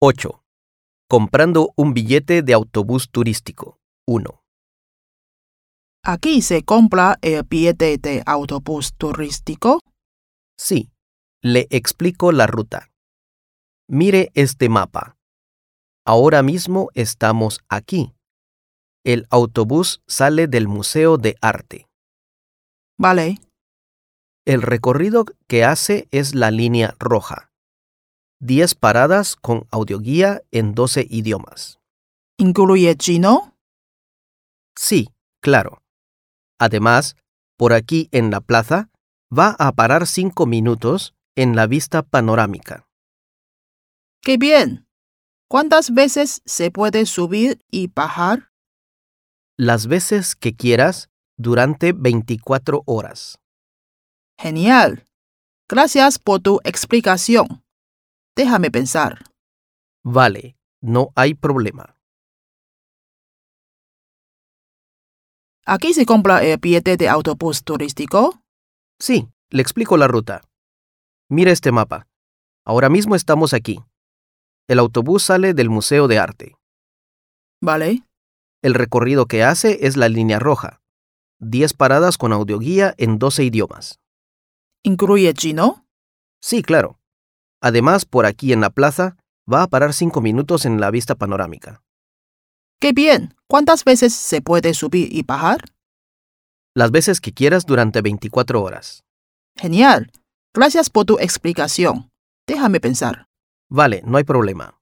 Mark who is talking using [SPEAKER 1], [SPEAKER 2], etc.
[SPEAKER 1] 8. Comprando un billete de autobús turístico. 1.
[SPEAKER 2] Aquí se compra el billete de autobús turístico.
[SPEAKER 1] Sí. Le explico la ruta. Mire este mapa. Ahora mismo estamos aquí. El autobús sale del Museo de Arte.
[SPEAKER 2] Vale,
[SPEAKER 1] El recorrido que hace es la línea roja. 10 paradas con audioguía en 12 idiomas.
[SPEAKER 2] incluye chino.
[SPEAKER 1] Sí, claro. Además, por aquí en la plaza, va a parar 5 minutos en la vista panorámica.
[SPEAKER 2] ¡Qué bien! ¿Cuántas veces se puede subir y bajar?
[SPEAKER 1] las veces que quieras durante 24 horas.
[SPEAKER 2] Genial. Gracias por tu explicación. Déjame pensar.
[SPEAKER 1] Vale, no hay problema.
[SPEAKER 2] Aquí se compra el billete de autobús turístico.
[SPEAKER 1] Sí, le explico la ruta. Mira este mapa. Ahora mismo estamos aquí. El autobús sale del Museo de Arte.
[SPEAKER 2] Vale.
[SPEAKER 1] El recorrido que hace es la línea roja. 10 paradas con audioguía en 12 idiomas.
[SPEAKER 2] Incluye chino.
[SPEAKER 1] Sí, claro. Además, por aquí en la plaza, va a parar 5 minutos en la vista panorámica.
[SPEAKER 2] ¡Qué bien! ¿Cuántas veces se puede subir y bajar?
[SPEAKER 1] Las veces que quieras durante 24 horas.
[SPEAKER 2] Genial. Gracias por tu explicación. Déjame pensar.
[SPEAKER 1] Vale, no hay problema.